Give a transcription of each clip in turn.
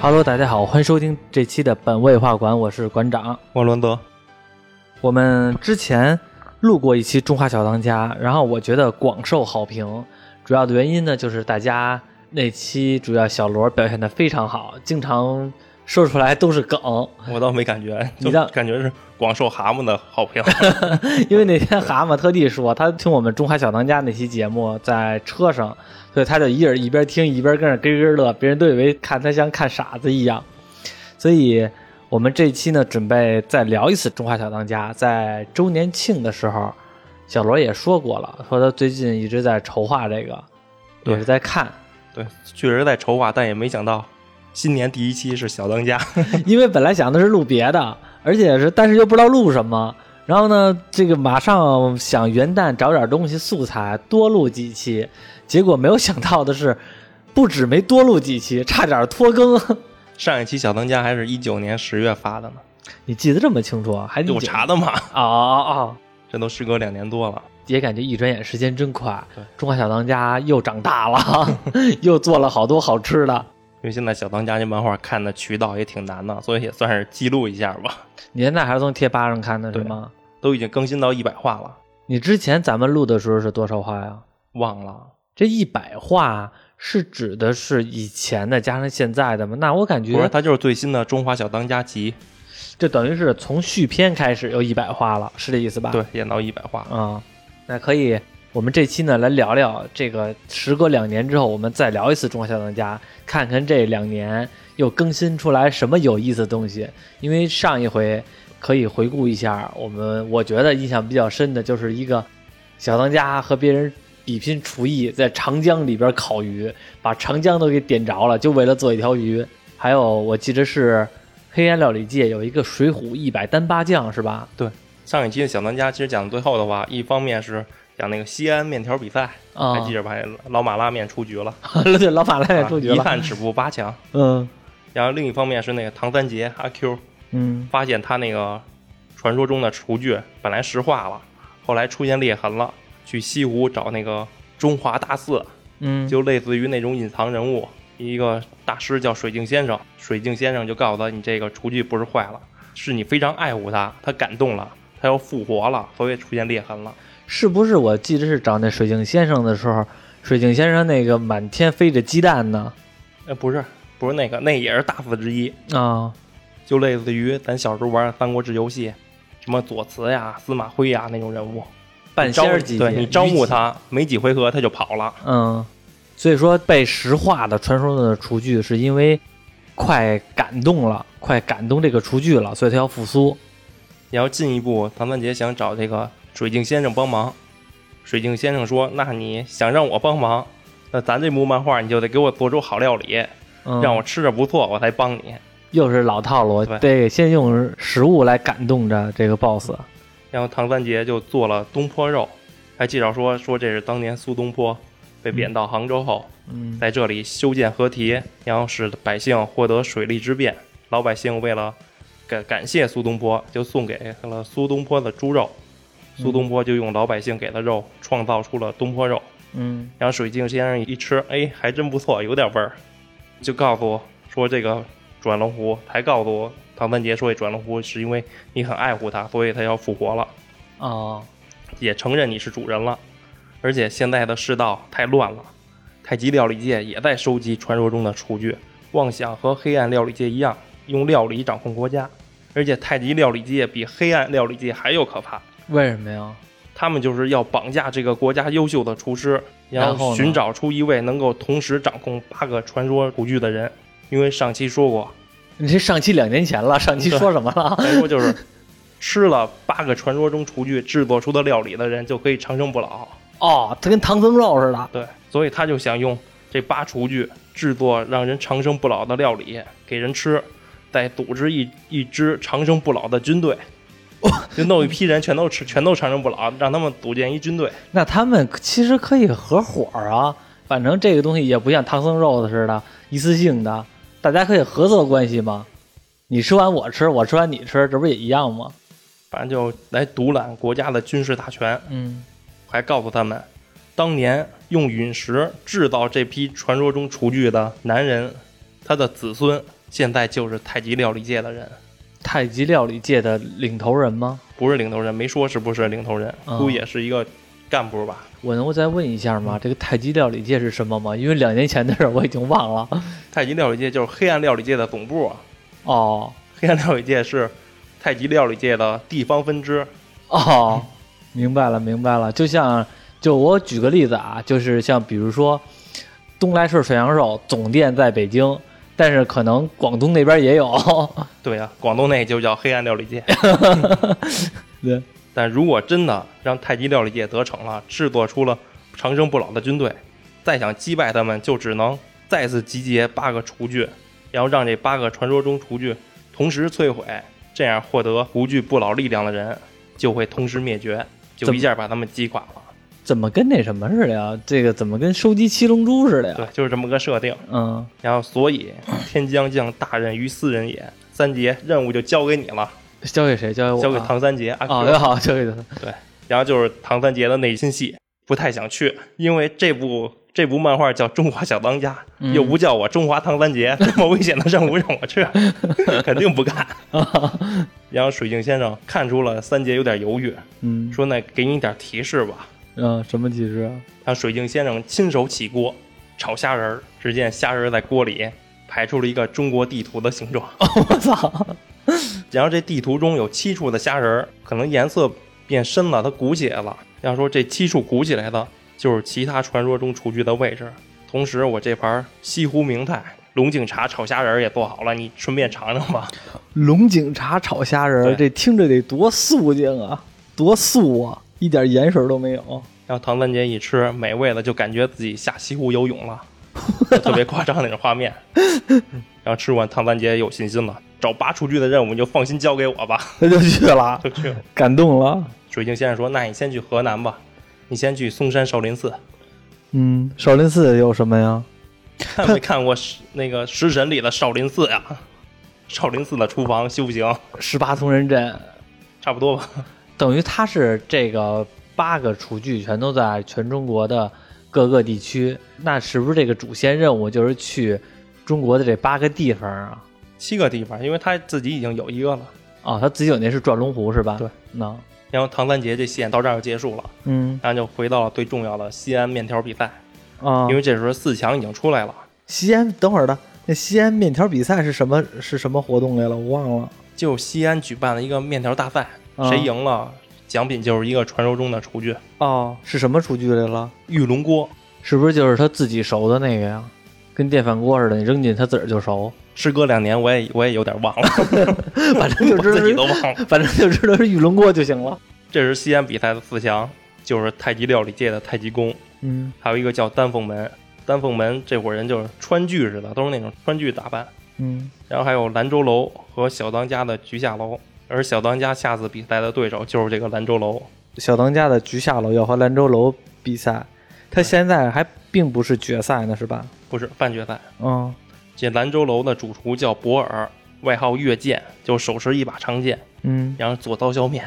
Hello，大家好，欢迎收听这期的本位画馆，我是馆长。我伦德，我们之前录过一期《中华小当家》，然后我觉得广受好评，主要的原因呢就是大家那期主要小罗表现的非常好，经常说出来都是梗，我倒没感觉，哎你就倒感觉是广受蛤蟆的 好评。因为那天蛤蟆特地说，他听我们《中华小当家》那期节目在车上，所以他就一人一边听一边跟着咯咯乐，别人都以为看他像看傻子一样。所以我们这期呢，准备再聊一次《中华小当家》。在周年庆的时候，小罗也说过了，说他最近一直在筹划这个，对也是在看，对，确实在筹划，但也没想到新年第一期是小当家。 因为本来想的是录别的，而且是但是又不知道录什么。然后呢，这个马上想元旦找点东西素材多录几期，结果没有想到的是，不止没多录几期，差点拖更。 上一期小当家还是一九年十月发的呢，你记得这么清楚啊？还我查的嘛，啊啊啊！这都时隔两年多了。也感觉一转眼时间真快，对《中华小当家》又长大了， 又做了好多好吃的。因为现在小当家这漫画看的渠道也挺难的，所以也算是记录一下吧。你现在还是从贴吧上看的是对吗？都已经更新到一百话了，你之前咱们录的时候是多少话呀？忘了。这一百话是指的是以前的加上现在的吗？那我感不是，觉它就是最新的《中华小当家集这等于是从续篇开始有一百话了，是这意思吧？》，对，演到一百话。啊、那可以。我们这期呢，来聊聊这个，时隔两年之后，我们再聊一次《中华小当家》，看看这两年又更新出来什么有意思的东西。因为上一回可以回顾一下，我们我觉得印象比较深的就是一个小当家和别人比拼厨艺，在长江里边烤鱼，把长江都给点着了，就为了做一条鱼。还有，我记得是黑暗料理界有一个《水浒一百单八将》，是吧？上一期的小当家其实讲到最后的话，一方面是讲那个西安面条比赛，啊、还 记着吧？老马拉面出局了。啊对，老马拉 也出局一了。探止步八强。嗯然后另一方面是那个唐三杰阿 Q 嗯，发现他那个传说中的厨具本来石化了，后来出现裂痕了，去西湖找那个中华大寺，嗯，就类似于那种隐藏人物，一个大师叫水镜先生，水镜先生就告诉他，你这个厨具不是坏了，是你非常爱护它，它感动了，它要复活了，所以出现裂痕了。是不是？我记得是找那水镜先生的时候，水镜先生那个满天飞着鸡蛋呢。呃，不是，不是那个，那也是大寺之一，啊，就类似于咱小时候玩的《三国志》游戏，什么左慈呀、司马徽呀那种人物，半仙儿级对别你招募，他没几回合他就跑了，嗯，所以说被石化的传说中的厨具，是因为快感动了，快感动这个厨具了，所以它要复苏。然后进一步，唐三杰想找这个水镜先生帮忙，水镜先生说：“那你想让我帮忙，那咱这部漫画你就得给我做出好料理，嗯，让我吃着不错，我才帮你。又是老套路，对得先用食物来感动着这个 boss。”然后唐三杰就做了东坡肉，还介绍说说这是当年苏东坡被贬到杭州后，嗯在这里修建河堤，然后使百姓获得水利之便。老百姓为了感感谢苏东坡，就送给了苏东坡的猪肉。苏东坡就用老百姓给的肉创造出了东坡肉。嗯然后水镜先生一吃，哎，还真不错，有点味儿，就告诉我说这个转龙湖，还告诉我唐三杰说这转龙湖是因为你很爱护它，所以它要复活了，哦，也承认你是主人了。而且现在的世道太乱了，太极料理界也在收集传说中的厨具，妄想和黑暗料理界一样，用料理掌控国家。而且太极料理界比黑暗料理界还要可怕，为什么呀？他们就是要绑架这个国家优秀的厨师，然后呢然后寻找出一位能够同时掌控八个传说古具的人。因为上期说过，你这上期两年前了，上期说什么了？再说就是 吃了八个传说中厨具制作出的料理的人就可以长生不老。哦，它跟唐僧肉似的。对，所以他就想用这八厨具制作让人长生不老的料理给人吃，再组织一一支长生不老的军队，就弄一批人全都吃，全都长生不老，让他们组建一军队。那他们其实可以合伙啊，反正这个东西也不像唐僧肉似的，一次性的，大家可以合作关系嘛。你吃完我吃，我吃完你吃，这不也一样吗？反正就来独揽国家的军事大权，嗯，还告诉他们，当年用陨石制造这批传说中厨具的男人，他的子孙现在就是太极料理界的人，太极料理界的领头人吗？不是领头人，没说是不是领头人，嗯估计也是一个干部吧。我能够再问一下吗？这个太极料理界是什么吗？因为两年前的事儿我已经忘了。太极料理界就是黑暗料理界的总部啊，哦黑暗料理界是太极料理界的地方分支。哦，明白了明白了。就像就我举个例子啊，就是像比如说东来顺涮羊肉总店在北京，但是可能广东那边也有。 对啊，广东那就叫黑暗料理界。对，但如果真的让太极料理界得逞了，制作出了长生不老的军队，再想击败他们，就只能再次集结八个厨具，然后让这八个传说中厨具同时摧毁，这样获得无惧不老力量的人就会同时灭绝，就怎么一下把他们击垮了。怎么跟那什么似的呀？这个怎么跟收集七龙珠似的呀？对，就是这么个设定。嗯，然后，所以天将降大任于斯人也。三杰任务就交给你了，交给谁？交给我啊？交给唐三杰阿 Q。啊，也好，交给他。然后就是唐三杰的内心戏，不太想去，因为这部这部漫画叫《中华小当家》，嗯又不叫我中华唐三 杰，这么危险的任务让我去，肯定不干。然后水镜先生看出了三杰有点犹豫，嗯说：“那给你点提示吧。嗯，什么提示 啊？”然后水镜先生亲手起锅炒虾仁儿，只见虾仁儿在锅里排出了一个中国地图的形状。我操！然后这地图中有七处的虾仁儿，可能颜色变深了，它鼓起来了。要说这七处鼓起来的，就是其他传说中雏菊的位置。同时，我这盘西湖名菜龙井茶炒虾仁儿也做好了，你顺便尝尝吧。龙井茶炒虾仁儿，这对听着得多素净啊，多素啊，一点盐水都没有。然后唐三姐一吃，美味的就感觉自己下西湖游泳了，就特别夸张那种画面。然后吃完，唐三姐有信心了，找拔雏菊的任务你就放心交给我吧，他就去了，就去了。感动了。水镜先生说：“那你先去河南吧，你先去嵩山少林寺。”嗯，少林寺有什么呀？看没看过食那个《食神》里的少林寺呀？少林寺的厨房修行十八铜人阵，差不多吧？等于他是这个八个厨具全都在全中国的各个地区。那是不是这个主线任务就是去中国的这八个地方啊？七个地方，因为他自己已经有一个了。哦，他自己有那是转龙湖是吧？对，那然后唐三杰这线到这儿就结束了，嗯然后就回到了最重要的西安面条比赛，啊，因为这时候四强已经出来了，西安等会儿的那西安面条比赛是什么是什么活动来了？我忘了。就西安举办了一个面条大赛，啊谁赢了奖品就是一个传说中的厨具哦，是什么厨具来了？玉龙锅，是不是就是他自己熟的那个呀？跟电饭锅似的，你扔进去它自个儿就熟，时隔两年我也我也有点忘 了，反正就我知道自己都是，忘 了。反正就知道是玉龙锅就行了。这是西安比赛的四强，就是太极料理界的太极宫。嗯还有一个叫丹凤门。丹凤门这伙人就是川剧似的，都是那种川剧打扮。嗯，然后还有兰州楼和小当家的菊下楼，而小当家下次比赛的对手就是这个兰州楼。小当家的菊下楼要和兰州楼比赛，他现在还并不是决赛呢，是吧？不是半决赛，嗯这兰州楼的主厨叫博尔，外号越剑，就手持一把长剑，嗯，然后左刀削面，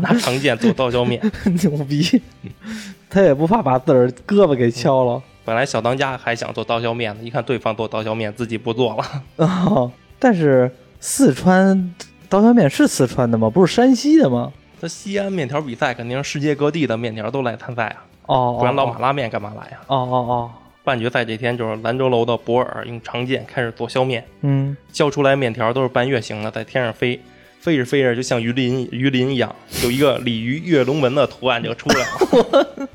拿长剑左刀削面。 牛逼，他也不怕把自个儿胳膊给敲了 本来小当家还想做刀削面呢，一看对方做刀削面，自己不做了。啊、哦但是四川刀削面是四川的吗？不是山西的吗？这西安面条比赛肯定是世界各地的面条都来参赛啊，哦，不然老哦马拉面干嘛来呀、啊哦哦哦，半决赛这天，就是兰州楼的博尔用长剑开始做削面，嗯，削出来面条都是半月形的，在天上飞，飞着飞着就像鱼鳞鱼鳞一样，有一个鲤鱼跃龙门的图案就出来了。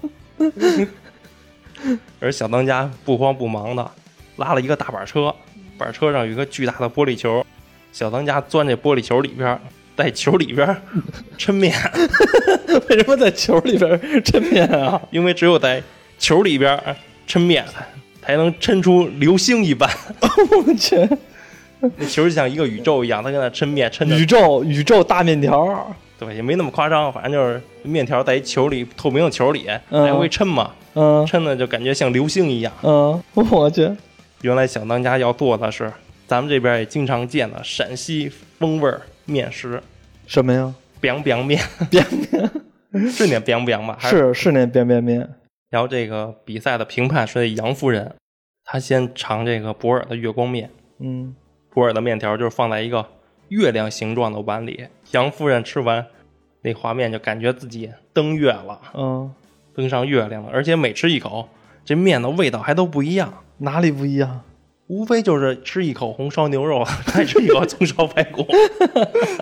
而小当家不慌不忙的拉了一个大板车，板车上有一个巨大的玻璃球，小当家钻这玻璃球里边儿，在球里边儿 抻面， 为什么在球里边儿抻面啊？因为只有在球里边儿抻面才能抻出流星一般。我去，那球就像一个宇宙一样，他跟那抻面抻 宇着，宙宇宙大面条儿，对，也没那么夸张，反正就是面条在一球里透明的球里嗯来回抻嘛，嗯抻的就感觉像流星一样。嗯，我去，原来小当家要做的是咱们这边也经常见的陕西风味儿面食什么呀？ ，biang biang 面，扁面是念 biang biang 吧？还。是是那扁扁面，然后这个比赛的评判是那杨夫人，她先尝这个博尔的月光面，嗯普洱的面条就是放在一个月亮形状的碗里，杨夫人吃完那画面就感觉自己登月了，嗯，登上月亮了，而且每吃一口，这面的味道还都不一样。哪里不一样？ 无非就是吃一口红烧牛肉， 再吃一口葱烧排骨，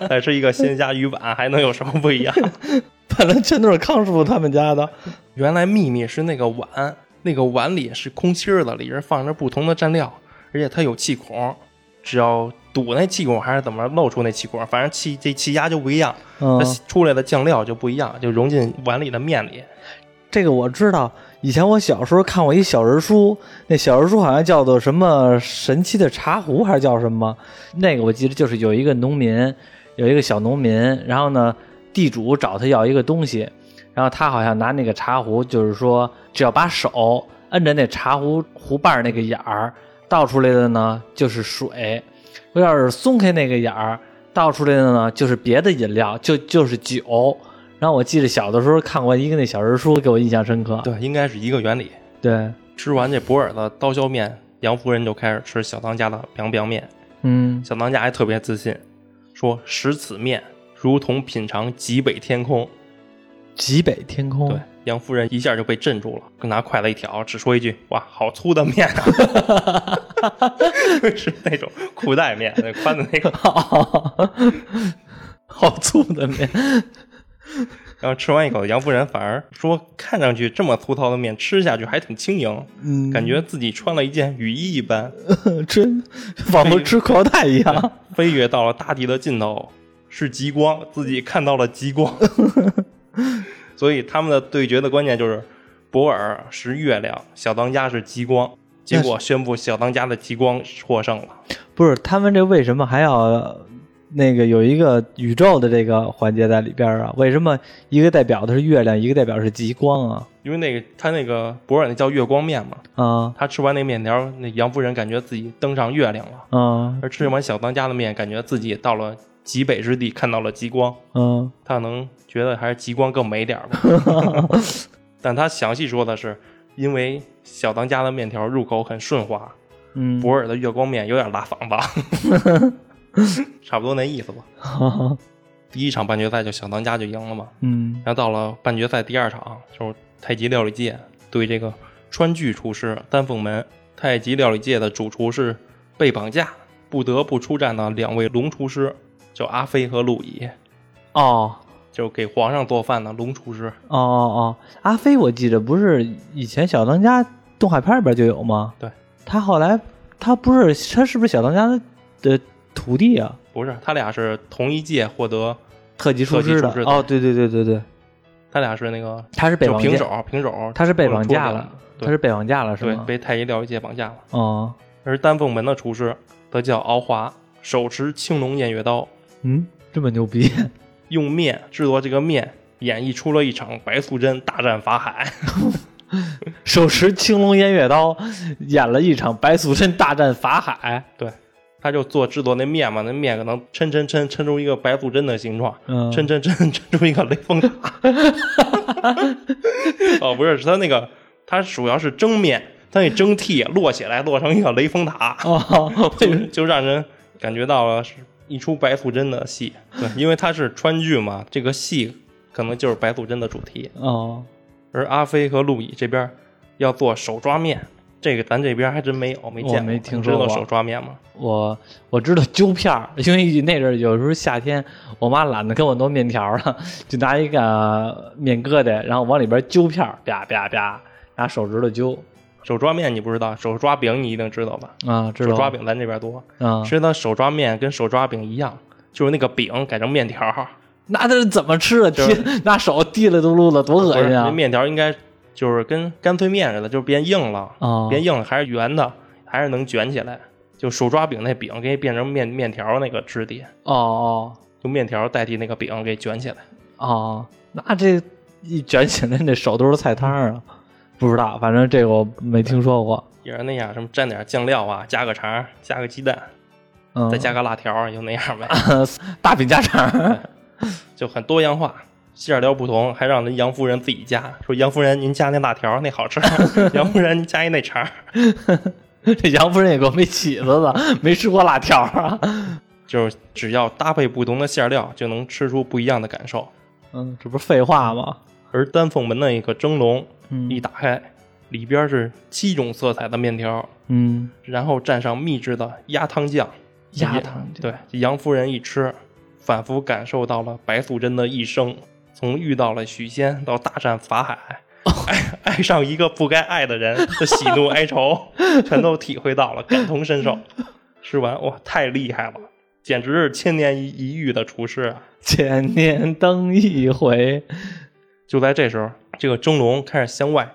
再吃一个鲜虾鱼板，还能有什么不一样？ 本来全都是康师傅他们家的，原来秘密是那个碗，那个碗里是空心儿的，里边放着不同的蘸料，而且它有气孔，只要堵那气孔还是怎么着漏出那气孔，反正气这气压就不一样，嗯它，出来的酱料就不一样，就融进碗里的面里。这个我知道。以前我小时候看过一小人书，那小人书好像叫做什么“神奇的茶壶”还是叫什么？那个我记得就是有一个农民，有一个小农民，然后呢，地主找他要一个东西，然后他好像拿那个茶壶，就是说只要把手摁着那茶壶壶把儿那个眼儿，倒出来的呢就是水，要是松开那个眼儿，倒出来的呢就是别的饮料，就就是酒。然后我记得小的时候看过一个那小人书，给我印象深刻。对，应该是一个原理。对，吃完这博尔的刀削面，杨夫人就开始吃小当家的凉拌面。嗯，小当家还特别自信，说食此面如同品尝极北天空。极北天空。对，杨夫人一下就被镇住了，拿筷子一挑，只说一句：“哇，好粗的面 啊！”是那种裤带面，那宽的那个。好粗的面，然后吃完一口，杨夫人反而说：“看上去这么粗糙的面，吃下去还挺轻盈，嗯，感觉自己穿了一件雨衣一般，吃仿佛吃口袋一样。飞跃到了大地的尽头，是极光，自己看到了极光。”所以他们的对决的关键就是，博尔是月亮，小当家是极光。结果宣布小当家的极光获胜了。不是他们这为什么还要呃那个有一个宇宙的这个环节在里边儿啊？为什么一个代表的是月亮，一个代表是极光啊？因为那个他那个博尔那叫月光面嘛，啊他吃完那面条，那杨夫人感觉自己登上月亮了，啊而吃完小当家的面，感觉自己到了极北之地，看到了极光。啊！他可能觉得还是极光更美点儿吧，但他详细说的是，因为小当家的面条入口很顺滑，嗯，博尔的月光面有点拉嗓子，差不多那意思吧。哈，第一场半决赛就小当家就赢了嘛， 嗯然后到了半决赛第二场，就是太极料理界对这个川剧厨师丹凤门。太极料理界的主厨是被绑架不得不出战的两位龙厨师，叫阿飞和陆乙，哦就是给皇上做饭的龙厨师。哦哦哦，阿飞，我记着不是以前小当家动画片里边就有吗？对，他后来他不是他是不是小当家的的徒弟啊？不是，他俩是同一届获得，特级厨师特的级厨师哦，对对对对对，他俩是那个他是被就绑平架，手平手，他是被绑架或者了说两，对他是被绑架了是对吗？被太极料理界绑架了。哦，而丹凤门的厨师则叫敖华，手持青龙偃月刀，嗯，这么牛逼， 用面制作这个面，演绎出了一场白素贞大战法海。 手持青龙偃月刀，演了一场白素贞大战法海。对，他就做制作那面嘛，那面可能抻抻抻抻出一个白素贞的形状，嗯抻抻抻抻出一个雷峰塔。哦，不是，是他那个，他主要是蒸面，他那蒸屉摞起来摞成一个雷峰塔，哦，就就让人感觉到了是一出白素贞的戏。对，因为它是川剧嘛，这个戏可能就是白素贞的主题。哦，而阿飞和陆乙这边要做手抓面，这个咱这边还真没有，没见过。我没听你说过知道手抓面吗？我我知道揪片儿，因为那阵儿有时候夏天，我妈懒得给我弄面条儿了，就拿一个面疙瘩，然后往里边揪片儿，啪啪啪，拿手指头揪手抓面你不知道，手抓饼你一定知道吧？啊，知手道抓饼咱这边多，啊，其实它手抓面跟手抓饼一样，就是那个饼改成面条儿，那这是怎么吃的？就是提拿手滴了嘟噜的，多恶不是心那啊！面条儿应该就是跟干脆面似的，就是变硬了，啊，变硬了还是圆的，还是能卷起来。就手抓饼那饼给变成面面条儿那个质地，哦哦用面条儿代替那个饼给卷起来。哦，那这一卷起来，那手都是菜汤儿啊！不知道，反正这个我没听说过。也是那样，什么蘸点酱料啊，加个肠儿，加个鸡蛋，嗯，再加个辣条儿，就那样呗， 啊大饼家常儿，就很多样化。馅料不同，还让人杨夫人 自己加，说杨夫人您加那辣条儿那好吃，杨夫人您加一那肠儿，这杨夫人也够没起子的，没吃过辣条啊。就是只要搭配不同的馅料，就能吃出不一样的感受。嗯，这不是废话吗？而丹凤门的一个蒸笼嗯一打开，里边是七种色彩的面条，嗯，然后蘸上秘制的鸭汤酱。鸭汤对，杨夫人一吃，仿佛感受到了白素贞的一生，从遇到了许仙到大战法海，爱爱上一个不该爱的人的喜怒哀愁，全都体会到了，感同身受。吃完哇，太厉害了，简直是千年一一遇的厨师啊！千年登一回，就在这时候，这个蒸笼开始向外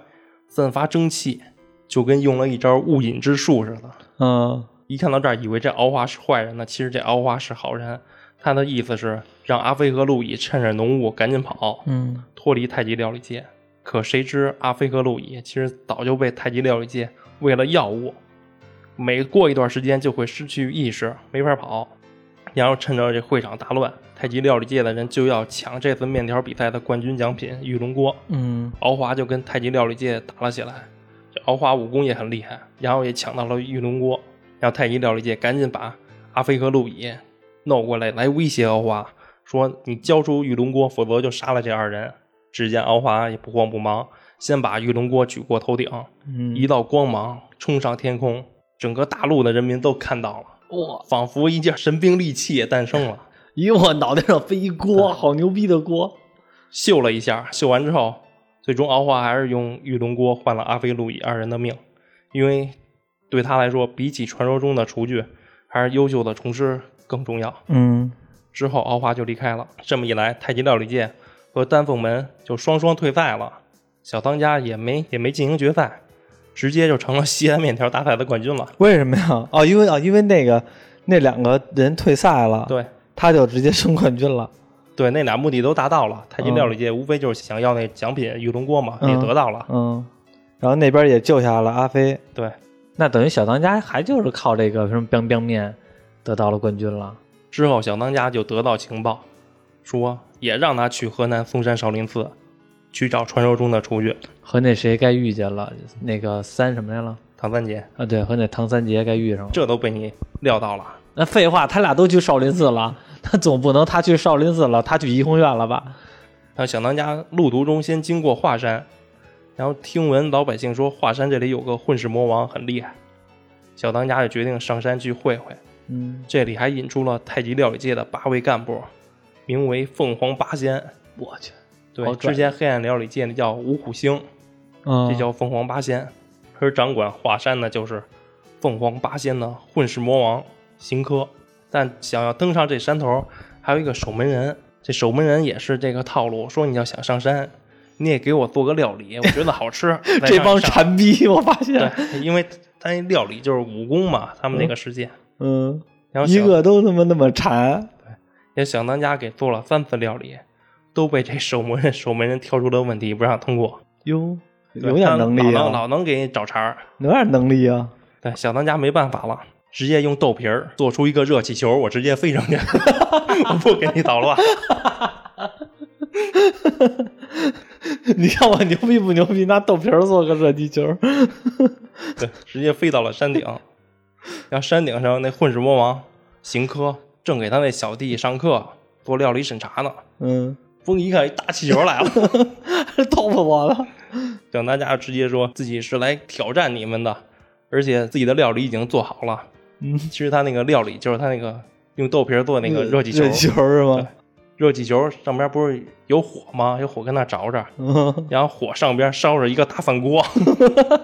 散发蒸汽，就跟用了一招雾隐之术似的。嗯，一看到这儿，以为这敖华是坏人呢，其实这敖华是好人。他的意思是让阿飞和路易趁着浓雾赶紧跑，嗯，脱离太极料理界。可谁知阿飞和路易其实早就被太极料理界喂了药物，每过一段时间就会失去意识，没法跑。然后趁着这会场大乱，太极料理界的人就要抢这次面条比赛的冠军奖品玉龙锅。嗯，敖华就跟太极料理界打了起来。这敖华武功也很厉害，然后也抢到了玉龙锅，然后太极料理界赶紧把阿飞和陆野弄过来，来威胁敖华，说你交出玉龙锅，否则就杀了这二人。只见敖华也不慌不忙，先把玉龙锅举过头顶，嗯一道光芒冲上天空，整个大陆的人民都看到了，哇，仿佛一件神兵利器也诞生了。咦，我脑袋上飞一锅，好牛逼的锅！秀了一下，秀完之后，最终敖华还是用玉龙锅换了阿飞、路易二人的命，因为对他来说，比起传说中的厨具，还是优秀的厨师更重要。嗯，之后，敖华就离开了。这么一来，太极料理界和丹凤门就双双退赛了，小当家也没也没进行决赛，直接就成了西安面条大赛的冠军了。为什么呀？哦，因为啊、哦，因为那个那两个人退赛了，对他就直接升冠军了。对，那俩目的都达到了。太极料理界无非就是想要那奖品玉龙锅嘛，也得到了。嗯，然后那边也救下了阿飞。对，那等于小当家还就是靠这个什么 biang biang 面得到了冠军了。之后，小当家就得到情报，说也让他去河南嵩山少林寺去找传说中的厨具和那谁该遇见了，那个三什么来了？唐三姐，啊，对，和那唐三杰该遇上了。这都被你料到了。那废话，他俩都去少林寺了，那总不能他去少林寺了，他去怡红院了吧？那小当家路途中先经过华山，然后听闻老百姓说华山这里有个混世魔王很厉害，小当家就决定上山去会会。嗯，这里还引出了太极料理界的八位干部，名为凤凰八仙。我去，对，好拽之前黑暗料理界那叫五虎星，这这叫凤凰八仙。而掌管华山的就是凤凰八仙的混世魔王邢科。但想要登上这山头，还有一个守门人。这守门人也是这个套路，说你要想上山，你也给我做个料理，我觉得 好吃。再这让帮你上馋逼，我发现，对，因为他料理就是武功嘛，他们那个世界。嗯，然后一小个都他妈那么馋。也小当家给做了三次料理，都被这守门人守门人挑出了问题，不让通过。哟，对有点他能力老能啊，老能给你找茬儿。有点能力啊。 对，小哎当家没办法了，直接用豆皮儿做出一个热气球，我直接飞上去， 我不给你捣乱。你看我牛逼不牛逼？拿豆皮儿 做个热气球，对，直接飞到了山顶。然后山顶上那混世魔王邢科正给他那小弟上课做料理审查呢，嗯，嘣一看，一大气球来了。逗死我了。小当家直接说自己是来挑战你们的，而且自己的料理已经做好了。嗯，呃其实他那个料理就是他那个用豆皮儿做那个热气球，热气球是吗？热气球上边不是有火吗？有火跟那着着，嗯， 然后火上边烧着一个大饭锅，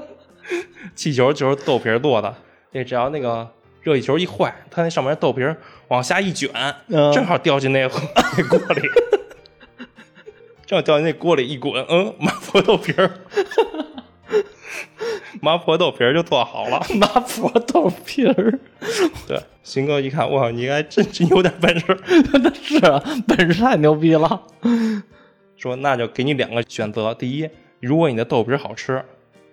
气球就是豆皮儿做的，这只要那个热气球一坏，它那上面豆皮儿往下一卷，嗯正好掉进那 那锅里，正好掉进那锅里一滚，嗯，麻婆豆皮儿，麻婆豆皮儿就做好了。麻婆豆皮儿， 对，邢哥一看，哇，你还真真有点本事，那是啊本事太牛逼了。说那就给你两个选择，第一，如果你的豆皮儿好吃，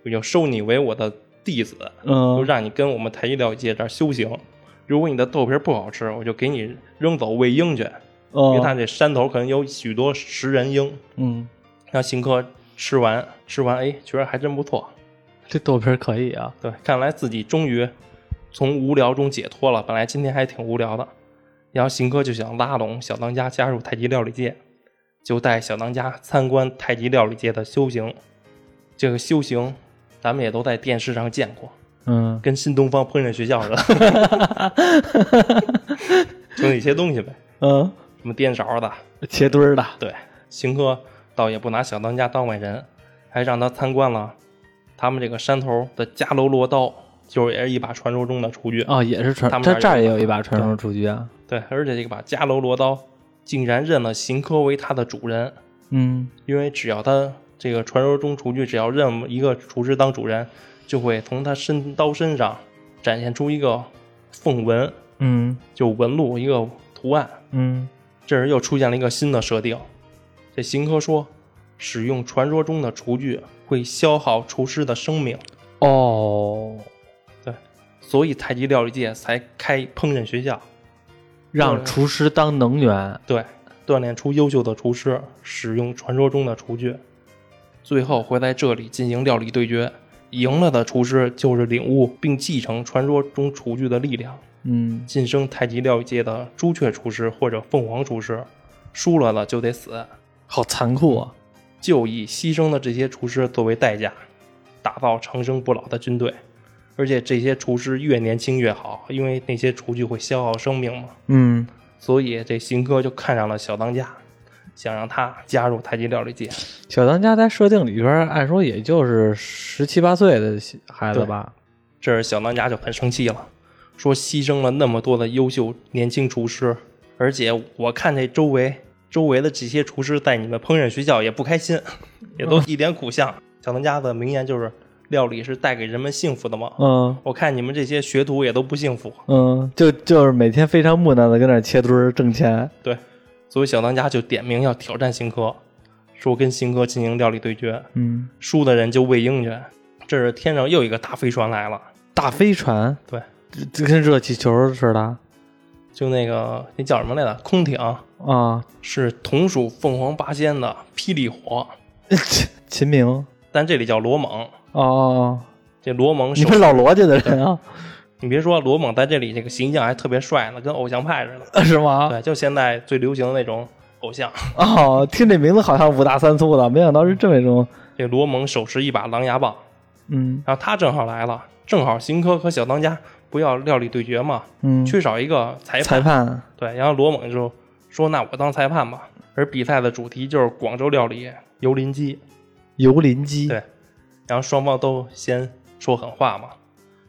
我就收你为我的弟子。就嗯，让你跟我们太极料理界这儿修行。如果你的豆皮儿不好吃，我就给你扔走喂鹰去。因为他哦，这山头可能有许多食人鹰。嗯，让邢科吃完，吃完哎，觉得还真不错，这豆皮儿可以啊，对，看来自己终于从无聊中解脱了。本来今天还挺无聊的，然后邢哥就想拉拢小当家加入太极料理界，就带小当家参观太极料理界的修行。这个修行，咱们也都在电视上见过，嗯， 跟新东方烹饪学校似的， 就那些东西呗，嗯，什么颠勺的。切墩儿的，对，邢哥倒也不拿小当家当外人，还让他参观了他们这个山头的迦楼罗刀，就是也是一把传说中的厨具哦，也是传他，们他那儿这儿也有有一把传说雏菊啊，对，而且这把迦楼罗刀竟然认了邢科为他的主人，嗯，因为只要他这个传说中厨具只要认一个厨师当主人，就会从他身刀身上展现出一个凤纹，嗯就纹路一个图案。嗯这时又出现了一个新的设定，这邢科说，使用传说中的厨具会消耗厨师的生命，哦，所以太极料理界才开烹饪学校。让厨师当能源，对，锻炼出优秀的厨师，使用传说中的厨具，最后会在这里进行料理对决。赢了的厨师就是领悟并继承传说中厨具的力量，嗯，晋升太极料理界的朱雀厨师或者凤凰厨师。输了的就得死，好残酷啊，就以牺牲的这些厨师作为代价，打造长生不老的军队。而且这些厨师越年轻越好，因为那些厨具会消耗生命嘛。嗯，所以这邢哥就看上了小当家，想让他加入太极料理界。小当家在设定里边儿，按说也就是十七八岁的孩子吧，这时小当家就很生气了，说牺牲了那么多的优秀年轻厨师，而且我看这周围周围的这些厨师在你们烹饪学校也不开心，也都一脸苦相。小当家的名言就是：料理是带给人们幸福的吗？嗯我看你们这些学徒也都不幸福，嗯，就就是每天非常木讷的跟那儿切墩儿挣钱，对，所以小当家就点名要挑战邢科，说跟邢科进行料理对决。嗯，输的人就喂鹰去。这是天上又一个大飞船来了，大飞船，对这，这跟热气球似的就那个那叫什么来着？空艇啊， 是同属凤凰八仙的霹雳火，秦明，哦但这里叫罗猛。哦哦，这罗猛你手，们老罗家的人啊，你别说罗猛在这里这个形象还特别帅呢，跟偶像派似 的。是吗？对，就现在最流行的那种偶像。哦，听这名字好像五大三粗的，没想到是这么一种，这罗猛手持一把狼牙棒，嗯然后他正好来了，正好邢科和小当家不要料理对决嘛，嗯，缺少一个裁判。裁判，对，然后罗猛就说：“那我当裁判吧。”而比赛的主题就是广州料理油淋鸡，油淋鸡，对然后双方都先说狠话嘛。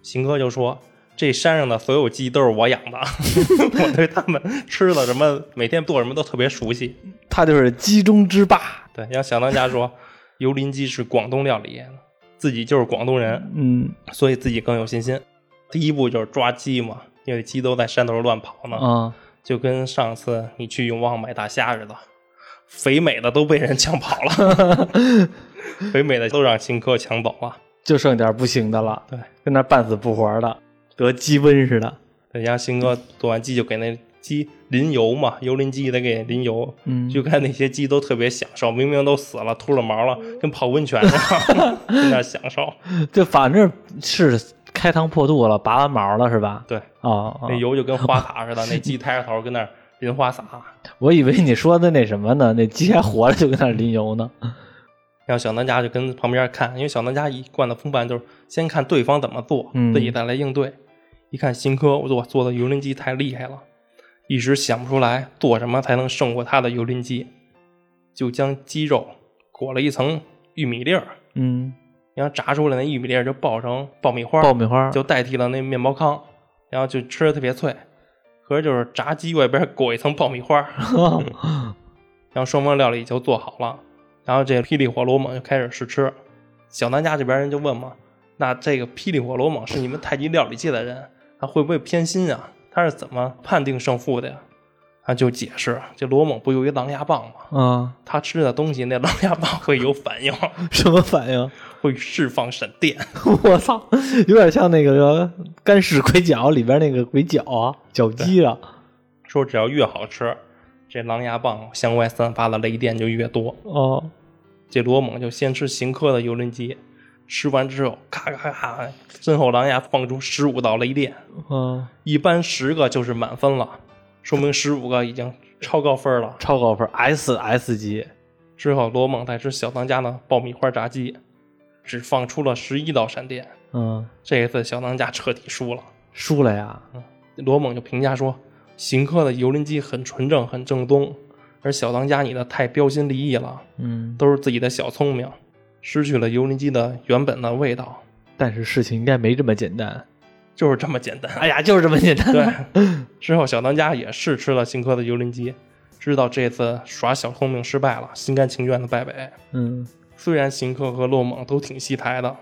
邢哥就说：“这山上的所有鸡都是我养的， 我对他们吃的什么，每天做什么都特别熟悉。他就是鸡中之霸，”对，然后小当家说：“油淋鸡是广东料理，自己就是广东人，嗯所以自己更有信心。第一步就是抓鸡嘛，因为鸡都在山头乱跑呢。啊，就跟上次你去永旺买大虾似的，肥美的都被人抢跑了，肥美的都让新科抢走了。就剩点不行的了，对，跟那儿半死不活的，得鸡瘟似的，人家新哥做完鸡就给那鸡淋油嘛，油淋鸡得给淋油，嗯就看那些鸡都特别享受，明明都死了，秃了毛了，跟泡温泉似的，在那享受。就反正是开膛破肚了，拔完毛了是吧？对，哦，哦那油就跟花洒似的，那鸡抬着头跟那儿淋花洒。我以为你说的那什么呢？那鸡还活着就跟那儿淋油呢。然后小当家就跟旁边看，因为小当家一贯的风范就是先看对方怎么做，嗯自己再来应对。一看新科，我做的油淋鸡太厉害了，一时想不出来做什么才能胜过他的油淋鸡，就将鸡肉裹了一层玉米粒儿，嗯，然后炸出来那玉米粒儿就爆成爆米花，爆米花 就代替了那面包糠，然后就吃的特别脆。合着就是炸鸡外边裹一层爆米花， 然后双方料理就做好了，然后这霹雳火罗猛就开始试吃。小当家这边人就问嘛：“那这个霹雳火罗猛是你们太极料理界的人，他会不会偏心啊？他是怎么判定胜负的呀？”他就解释：“这罗猛不有一狼牙棒吗？啊，他吃的东西那狼牙棒会有反应，什么反应？会释放闪电。我操，有点像那个干式鬼脚里边那个鬼脚啊，脚鸡啊。说只要越好吃，这狼牙棒向外散发的雷电就越多。哦，这罗猛就先吃邢科的油淋鸡，吃完之后，咔咔咔，身后狼牙放出十五道雷电，嗯，一般十个就是满分了，说明十五个已经超高分了。超高分，S S 级，之后，罗猛再吃小当家的爆米花炸鸡，只放出了十一道闪电。嗯，这一次，小当家彻底输了。输了呀！罗猛就评价说：“邢客的油淋鸡很纯正，很正宗，而小当家你的太标新立异了，嗯，都是自己的小聪明，失去了油淋鸡的原本的味道，但是事情应该没这么简单。就是这么简单。”哎呀，就是这么简单。 对，之后小当家也试吃了邢客的油淋鸡，知道这次耍小聪明失败了，心甘情愿的败北。 嗯虽然邢客和洛猛都挺戏台的，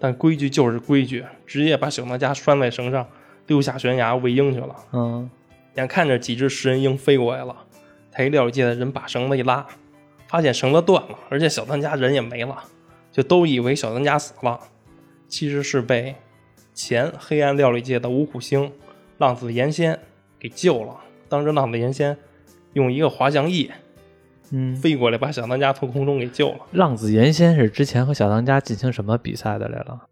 但规矩就是规矩，直接把小当家拴在绳上，丢下悬崖喂鹰去了。嗯眼看着几只食人鹰飞过来了，太极料理界的人把绳子一拉，发现绳子断了，而且小当家人也没了，就都以为小当家死了，其实是被前黑暗料理界的五虎星浪子岩仙给救了。当时浪子岩仙用一个滑翔翼嗯，飞过来，把小当家从空中给救了。浪子岩先是之前和小当家进行什么比赛的来了？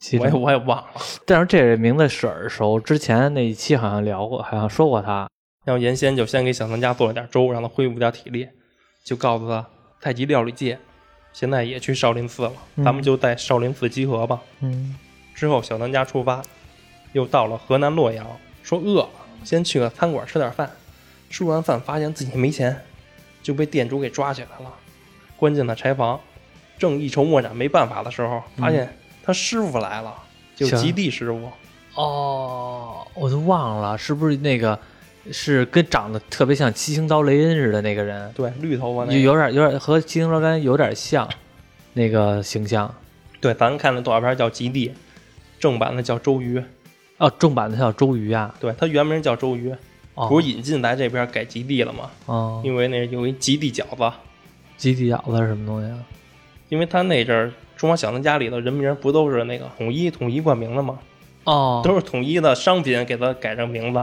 其我也实，我也忘了。但是这个名字是耳熟，之前那一期好像聊过，好像说过他。然后原先就先给小当家做了点粥，让他恢复点体力，就告诉他太极料理界现在也去少林寺了，嗯咱们就在少林寺集合吧。嗯之后小当家出发，又到了河南洛阳，说饿了，先去个餐馆吃点饭。吃完饭发现自己没钱，就被店主给抓起来了，关进了柴房。正一筹莫展没办法的时候，发现他师傅来了，就嗯行极地师傅。哦，我都忘了，是不是那个是跟长得特别像七星刀雷恩似的那个人，对，绿头发那有个有点有点和七星刀雷恩有点像，那个形象。对，咱看的动画片叫《极地》，正版的叫周瑜。哦，正版的叫周瑜啊，对，它原名叫周瑜，哦不是引进来这边改极地了吗？哦，因为那有一极地饺子，集体饺子是什么东西啊？因为他那阵儿《中华小当家》里的人名不都是那个统一统一冠名的吗？哦，都是统一的商品给它改成名字。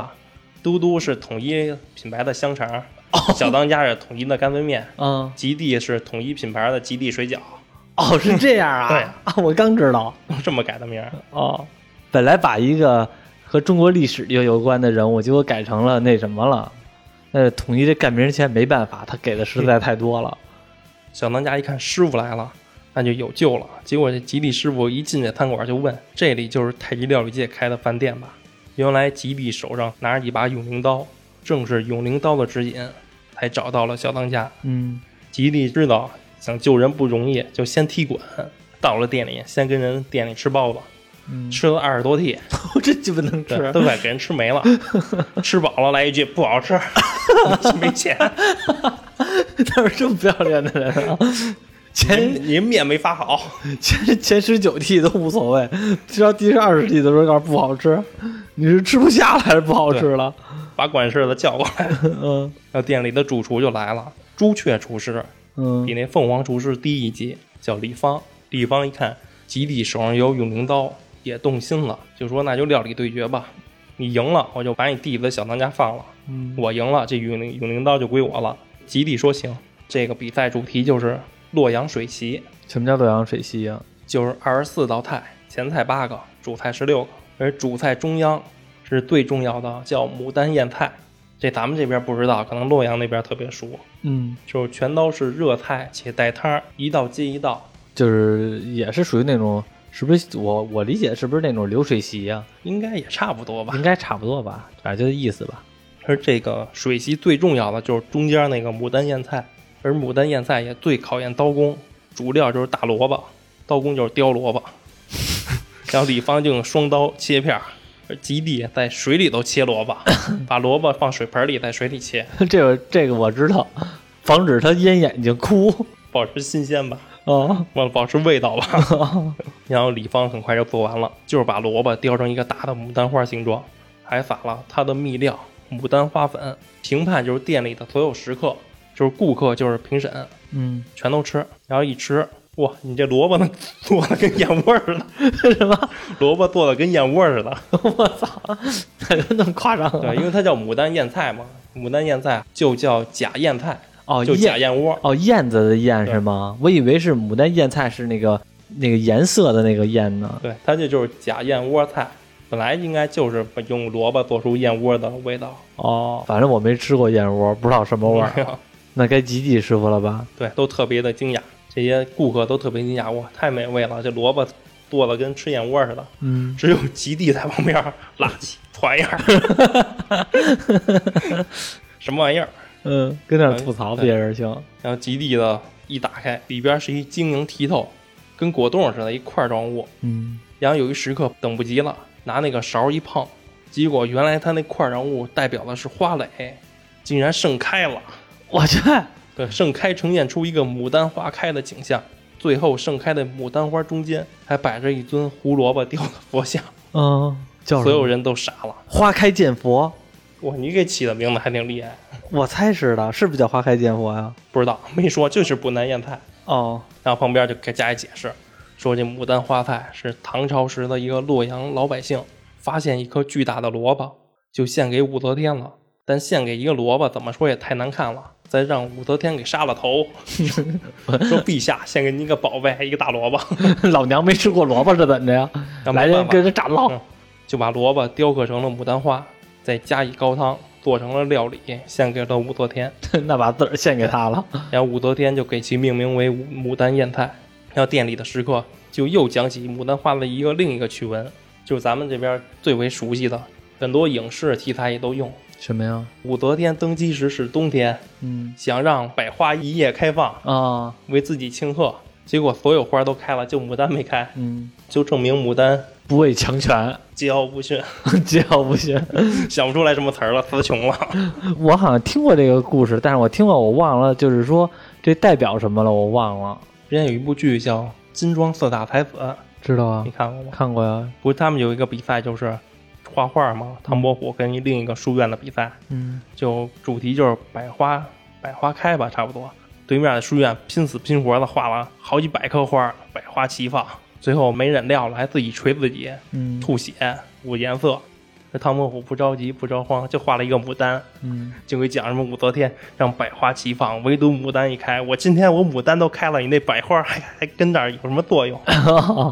嘟嘟是统一品牌的香肠，哦小当家是统一的干脆面，嗯，极地是统一品牌的极地水饺， 哦，是这样啊，对啊，我刚知道。都这么改的名儿。哦，本来把一个和中国历史又有关的人物，结果改成了那什么了。那统一这干名钱没办法，他给的实在太多了。小当家一看师傅来了，那就有救了。结果这吉利师傅一进这餐馆就问：“这里就是太极料理界开的饭店吧？”原来吉利手上拿着一把永灵刀，正是永灵刀的指引，才找到了小当家。嗯吉利知道想救人不容易，就先踢馆。到了店里，先跟人店里吃包子， 嗯，吃了二十多屉，我这鸡巴能对，都快给人吃没了。吃饱了来一句不好吃， 没钱，他是这么不要脸的人 啊！哎前您您面没发好。前前十九屉都无所谓，直到第二十屉的时候告诉不好吃，你是吃不下了还是不好吃了？把管事的叫过来， 嗯，然后店里的主厨就来了，朱雀厨师嗯比那凤凰厨师低一级，叫李芳。李芳一看吉地手上有永灵刀，也动心了，就说那就料理对决吧，你赢了我就把你弟子小当家放了，嗯我赢了这永灵永灵刀就归我了。吉地说行，这个比赛主题就是洛阳水席，什么叫洛阳水席啊呀？就是二十四道菜，前菜八个，主菜十六个，而主菜中央是最重要的，叫牡丹宴菜。这咱们这边不知道，可能洛阳那边特别熟，嗯，就是全都是热菜且带汤儿，一道接一道，就是也是属于那种，是不是我我理解是不是那种流水席啊呀？应该也差不多吧 应。该差不多吧，反正就这意思吧。 而这个水席最重要的就是中间那个牡丹宴菜，而牡丹宴菜也最考验刀工，主料就是大萝卜，刀工就是雕萝卜。然后李芳就用双刀切片儿，而吉地在水里头切萝卜，把萝卜放水盆里，在水里切，这个这个我知道，防止他淹眼睛哭保持新鲜吧，哦，忘了保持味道吧。 然后李芳很快就做完了，就是把萝卜雕成一个大的牡丹花形状，还撒了它的秘料牡丹花粉。评判就是店里的所有食客，就是顾客，就是评审，嗯，全都吃。然后一吃，哇，你这萝卜呢 做的跟燕窝似的， 什么？萝卜做的跟燕窝似的。我操，感觉那么夸张啊？对，因为它叫牡丹燕菜嘛，牡丹燕菜就叫假燕菜，哦，就燕假燕窝。哦，燕子的燕是吗？我以为是牡丹燕菜是那个那个颜色的那个燕呢？对，它这就是假燕窝菜，本来应该就是用萝卜做出燕窝的味道。哦，反正我没吃过燕窝，不知道什么味嗯儿。那该吉吉师傅了吧？ 对，都特别的惊讶，这些顾客都特别惊讶，哇，太美味了，这萝卜剁的跟吃燕窝似的。嗯，只有极地在旁边儿垃圾团样儿，什么玩意儿？嗯，跟那儿吐槽别人行。然后极地的一打开，里边是一晶莹剔透，跟果冻似的一块状物。嗯，然后有一食客等不及了，拿那个勺一碰，结果原来他那块状物代表的是花蕾，竟然盛开了。我去，对，盛开呈现出一个牡丹花开的景象。最后，盛开的牡丹花中间还摆着一尊胡萝卜雕的佛像，嗯，叫什所有么？人都傻了。花开见佛，哇，你给起的名字还挺厉害，我猜是的，是不是叫花开见佛呀？不知道没说，就是不南燕菜。哦，然后旁边就给加以解释，说这牡丹花菜是唐朝时的一个洛阳老百姓发现一颗巨大的萝卜，就献给武则天了。但献给一个萝卜，怎么说也太难看了，再让武则天给杀了头。说陛下献给您一个宝贝，一个大萝 卜， 老娘没吃过萝卜是怎着呀？那没来办人法跟人炸烙。嗯就把萝卜雕刻成了牡丹花，再加以高汤做成了料理，献给了武则天。 那把字儿献给他了。然后武则天就给其命名为牡丹燕菜。然后店里的食客就又讲起牡丹花的一个另一个趣闻，就是咱们这边最为熟悉的，很多影视题材也都用。什么呀？武则天登基时是冬天，嗯想让百花一夜开放，啊，为自己庆贺，结果所有花都开了，就牡丹没开，嗯，就证明牡丹不畏强权， 桀骜不驯， 桀骜不驯。想不出来什么词儿了，词穷了。 我好像听过这个故事，但是我听过我忘了，就是说这代表什么了，我忘了。之前有一部剧叫《金装四大才子》，知道啊你，看过吗？看过呀。不是他们有一个比赛就是画画嘛，唐伯虎跟一另一个书院的比赛，嗯，就主题就是百花百花开吧，差不多。对面的书院拼死拼活的画了好几百棵花，百花齐放，最后没忍掉了，还自己捶自己，嗯吐血捂颜色。这唐伯虎不着急不着慌，就画了一个牡丹，嗯，就给讲什么武则天让百花齐放，唯独牡丹一开。我今天我牡丹都开了，你那百花还还跟那儿有什么作用？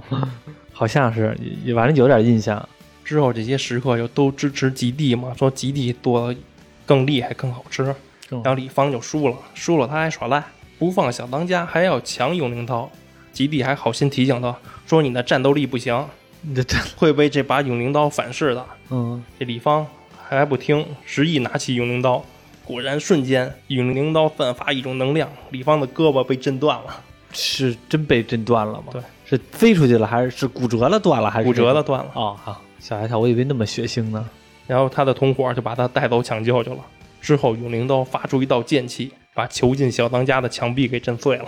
好像是，也反正有点印象。之后这些食客就都支持极地嘛，说极地做的更厉害、更好吃。更好然后李芳就输了，输了他还耍赖，不放小当家，还要强永凌涛。极地还好心提醒他说：“你的战斗力不行，你这这，会被这把永灵刀反噬的。嗯，”这李芳还不听，执意拿起永灵刀，果然瞬间永灵刀散发一种能量，李芳的胳膊被震断了，是真被震断了吗？对，是飞出去了，还是是骨折了断了，还是骨折了？断了。哦，好，吓一跳，我以为那么血腥呢。然后他的同伙就把他带走抢救去了。之后，永灵刀发出一道剑气，把囚禁小当家的墙壁给震碎了，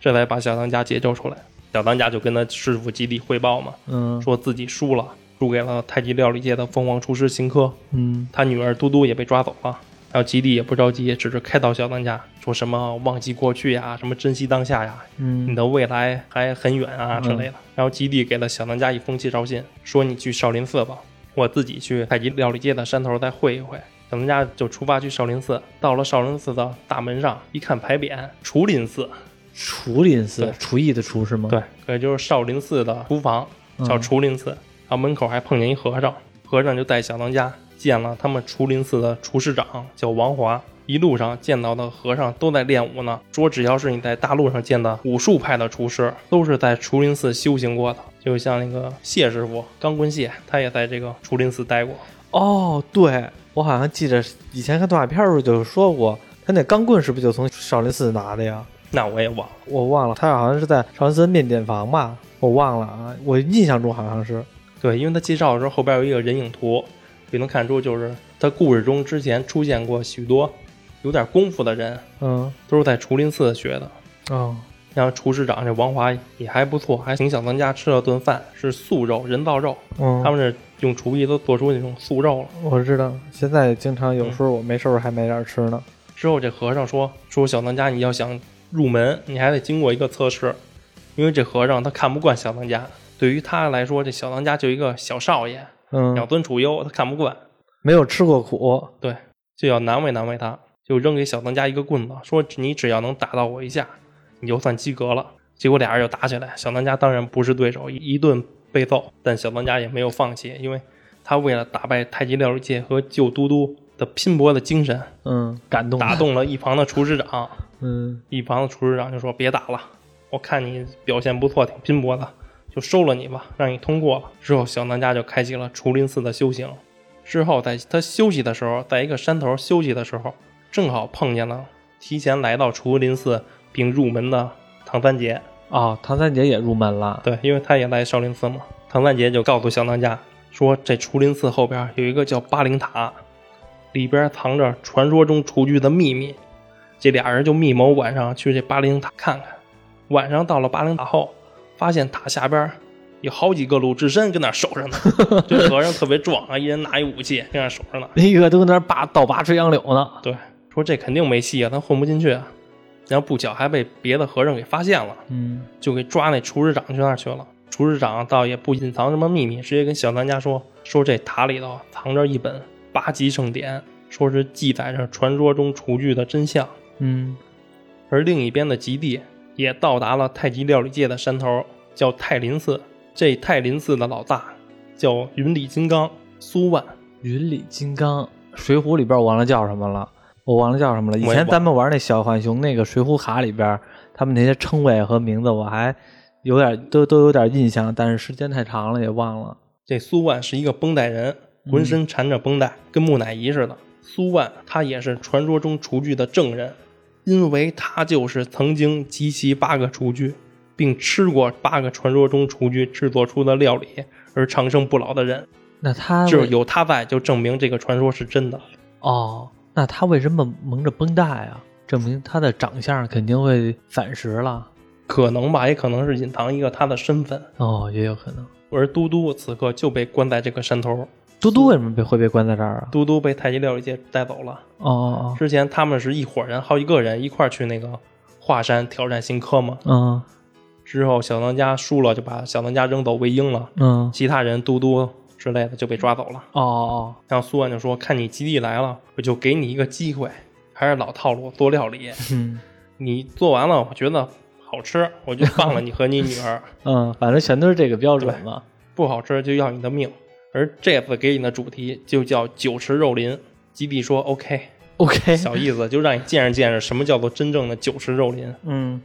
这才把小当家解救出来。小当家就跟他师傅基地汇报嘛，嗯说自己输了，输给了太极料理界的凤凰厨师邢科，嗯，他女儿嘟嘟也被抓走了。然后基地也不着急，只是开导小当家，说什么忘记过去呀，什么珍惜当下呀，嗯你的未来还很远啊之类的。然后基地给了小当家一封介绍信，说你去少林寺吧，我自己去太极料理界的山头再会一会。小当家就出发去少林寺，到了少林寺的大门上，一看牌匾“竹林寺厨林寺对，厨艺的厨是”，吗？对，也就是少林寺的厨房嗯叫竹林寺。然后门口还碰见一和尚，和尚就带小当家见了他们竹林寺的厨师长，叫王华。一路上见到的和尚都在练武呢，说只要是你在大陆上见的武术派的厨师，都是在竹林寺修行过的。就像那个谢师傅钢棍谢，他也在这个竹林寺待过。哦，对，我好像记着以前看动画片儿时候就说过，他那钢棍是不是就从少林寺拿的呀？那我也忘了，我忘了，他好像是在少林寺面点房吧？我忘了啊，我印象中好像是，对，因为他介绍的时候后边有一个人影图，也能看出就是他故事中之前出现过许多有点功夫的人，嗯，都是在竹林寺学的。哦，然后厨师长这王华也还不错，还请小当家吃了顿饭，是素肉人造肉，嗯，他们是用厨艺都做出那种素肉了。我知道，现在经常有时候我没事儿还买点儿吃呢。之后这和尚说说小当家你要想入门，你还得经过一个测试，因为这和尚他看不惯小当家，对于他来说这小当家就一个小少爷，养嗯，尊处优，他看不惯，没有吃过苦，对，就要难为难为他，就扔给小当家一个棍子，说你只要能打到我一下，你就算及格了。结果俩人就打起来，小当家当然不是对手，一一顿被揍，但小当家也没有放弃，因为他为了打败太极料理界和旧都督的拼搏的精神，嗯感动打了，动了一旁的厨师长，嗯一旁的厨师长就说：“别打了，我看你表现不错，挺拼搏的，就收了你吧，让你通过了。”之后，小当家就开启了竹林寺的修行。之后，在他休息的时候，在一个山头休息的时候，正好碰见了提前来到竹林寺并入门的唐三杰。哦，唐三杰也入门了，对，因为他也来少林寺嘛。唐三杰就告诉小当家说，这竹林寺后边有一个叫八灵塔，里边藏着传说中厨具的秘密。这俩人就密谋晚上去这八灵塔看看。晚上到了八灵塔后，发现塔下边有好几个鲁智深跟那儿守着呢，这和尚特别壮啊，一人拿一武器跟那儿守着呢。一个都跟那儿拔倒拔垂杨柳呢，对，说这肯定没戏啊，咱混不进去啊。然后不巧还被别的和尚给发现了。嗯就给抓那厨师长去那儿去了。厨师长倒也不隐藏什么秘密，直接跟小当家说：“说这塔里头藏着一本八极圣典，说是记载着传说中厨具的真相。嗯”而另一边的极地也到达了太极料理界的山头，叫泰林寺。这泰林寺的老大叫云里金刚苏万，云里金刚，水浒里边我忘了叫什么了，我忘了叫什么了。以我也前忘咱们玩那小浣熊那个水浒卡里边，他们那些称谓和名字我还有点都都有点印象，但是时间太长了也忘了。这苏万是一个绷带人，浑身缠着绷带，跟木乃伊似的。苏万他也是传说中厨具的证人，因为他就是曾经集齐八个厨具，并吃过八个传说中厨具制作出的料理而长生不老的人。那他就是为有他在，就证明这个传说是真的。哦，那他为什么蒙着绷带啊？证明他的长相肯定会反时了。可能吧，也可能是隐藏一个他的身份。哦，也有可能。而嘟嘟此刻就被关在这个山头，嘟嘟为什么被会被关在这儿啊？嘟嘟被太极料理界带走了。哦哦之前他们是一伙人，好几个人一块儿去那个华山挑战新科嘛。哦，之后小当家输了，就把小当家扔走喂鹰了，嗯嗯其他人嘟嘟之类的就被抓走了。哦哦，然后苏万就说：“看你基地来了，我就给你一个机会，还是老套路，做料理。嗯你做完了，我觉得好吃，我就放了你和你女儿；嗯，反正全都是这个标准嘛。不好吃就要你的命。”而这次给你的主题就叫“酒池肉林”。基地说：“OK， OK，小意思，就让你见识见识什么叫做真正的酒池肉林。”嗯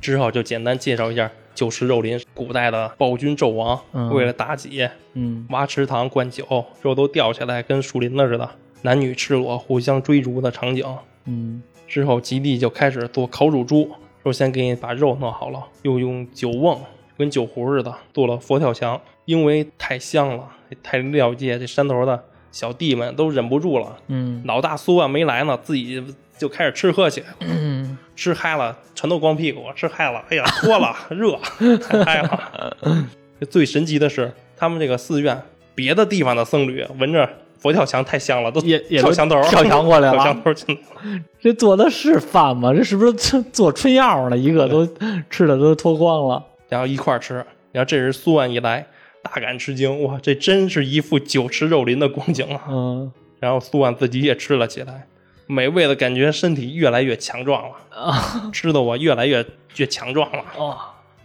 之后就简单介绍一下酒池肉林，古代的暴君纣王、嗯为了妲己嗯挖池塘灌酒，肉都掉下来，跟树林子似的，男女赤裸互相追逐的场景。嗯之后吉地就开始做烤乳猪，说先给你把肉弄好了，又用酒瓮跟酒壶似的做了佛跳墙，因为太香了，太料界这山头的小弟们都忍不住了，嗯老大苏万啊没来呢，自己就开始吃喝起来了。嗯吃嗨了，全都光屁股，吃嗨了，哎呀，脱了，热，太嗨了。 最神奇的是，他们这个寺院别的地方的僧侣闻着佛跳墙太香了，都也也都跳墙头，跳墙过来了 跳墙头进来了。这做的是饭吗？这是不是做做春药呢？一个 都吃的都脱光了。然后一块儿吃。然后这时苏万一来，大感吃惊，哇，这真是一副酒池肉林的光景啊！嗯然后苏万自己也吃了起来，美味的感觉，身体越来越强壮了，啊吃的我越来越越强壮了。哦，